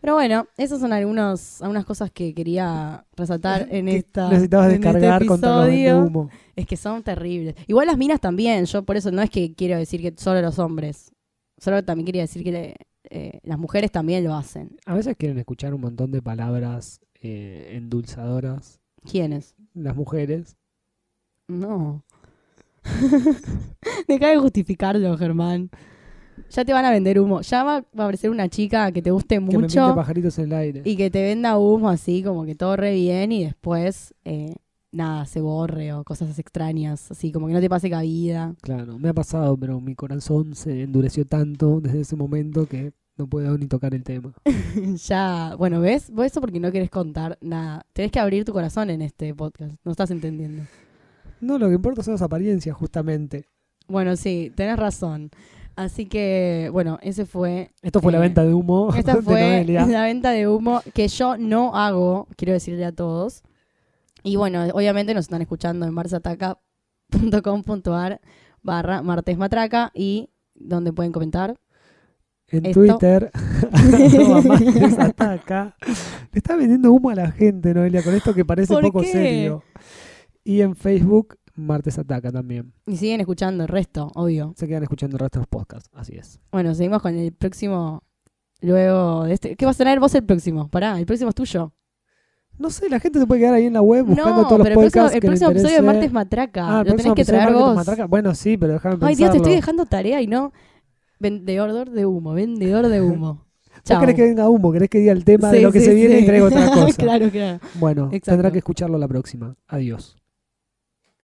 Speaker 2: Pero bueno, esas son algunos, algunas cosas que quería resaltar en
Speaker 3: Que
Speaker 2: esta.
Speaker 3: Necesitabas
Speaker 2: en este
Speaker 3: descargar contra los vende
Speaker 2: episodio.
Speaker 3: humo.
Speaker 2: Es que son terribles. Igual las minas también, yo por eso no es que quiero decir que solo los hombres. Solo también quería decir que le- eh, las mujeres también lo hacen.
Speaker 3: A veces quieren escuchar un montón de palabras eh, endulzadoras
Speaker 2: ¿Quiénes?
Speaker 3: las mujeres.
Speaker 2: No. Deja de justificarlo, Germán. Ya te van a vender humo. Ya va va a aparecer una chica que te guste
Speaker 3: Que me pinte
Speaker 2: mucho
Speaker 3: pajaritos en el aire.
Speaker 2: y que te venda humo así, como que todo re bien y después eh, nada, se borre o cosas extrañas, así como que no te pase cabida.
Speaker 3: Claro, me ha pasado, pero mi corazón se endureció tanto desde ese momento que no puedo ni tocar el tema.
Speaker 2: ya, bueno, ¿ves? Vos eso porque no querés contar nada. Tenés que abrir tu corazón en este podcast. No estás entendiendo.
Speaker 3: No, lo que importa son las apariencias, justamente.
Speaker 2: Bueno, sí, tenés razón. Así que, bueno, ese fue.
Speaker 3: Esto fue la
Speaker 2: eh,
Speaker 3: venta de humo
Speaker 2: Esta
Speaker 3: de
Speaker 2: fue
Speaker 3: Noelia.
Speaker 2: la venta de humo que yo no hago, quiero decirle a todos. Y bueno, obviamente nos están escuchando en marsataca.com.ar barra martes matraca y donde pueden comentar.
Speaker 3: En
Speaker 2: esto.
Speaker 3: Twitter, arroba Martes Ataca. Le está vendiendo humo a la gente, Noelia, con esto que parece
Speaker 2: ¿Por
Speaker 3: poco
Speaker 2: qué?
Speaker 3: serio. Y en Facebook, Martes Ataca también.
Speaker 2: Y siguen escuchando el resto, obvio.
Speaker 3: Se quedan escuchando el resto de los podcasts, así es.
Speaker 2: Bueno, seguimos con el próximo. Luego de este. ¿Qué vas a tener vos el próximo? Pará, el próximo es tuyo.
Speaker 3: No sé, la gente se puede quedar ahí en la web buscando
Speaker 2: no,
Speaker 3: todos los
Speaker 2: pero el próximo,
Speaker 3: podcasts
Speaker 2: el
Speaker 3: que le
Speaker 2: próximo episodio de
Speaker 3: interese.
Speaker 2: Martes Matraca.
Speaker 3: Ah, el
Speaker 2: lo tenés
Speaker 3: próximo
Speaker 2: que
Speaker 3: episodio de
Speaker 2: traer
Speaker 3: Martes
Speaker 2: vos.
Speaker 3: Matraca. Bueno, sí, pero déjame pensarlo.
Speaker 2: Ay, Dios, te estoy dejando tarea y no. Vendedor de humo, vendedor de humo. Chao.
Speaker 3: ¿Vos querés que venga humo? ¿Querés que diga el tema de
Speaker 2: Sí,
Speaker 3: lo que
Speaker 2: sí,
Speaker 3: se viene
Speaker 2: sí.
Speaker 3: y traigo otra cosa?
Speaker 2: claro, claro.
Speaker 3: Bueno,
Speaker 2: Exacto.
Speaker 3: tendrá que escucharlo la próxima. Adiós.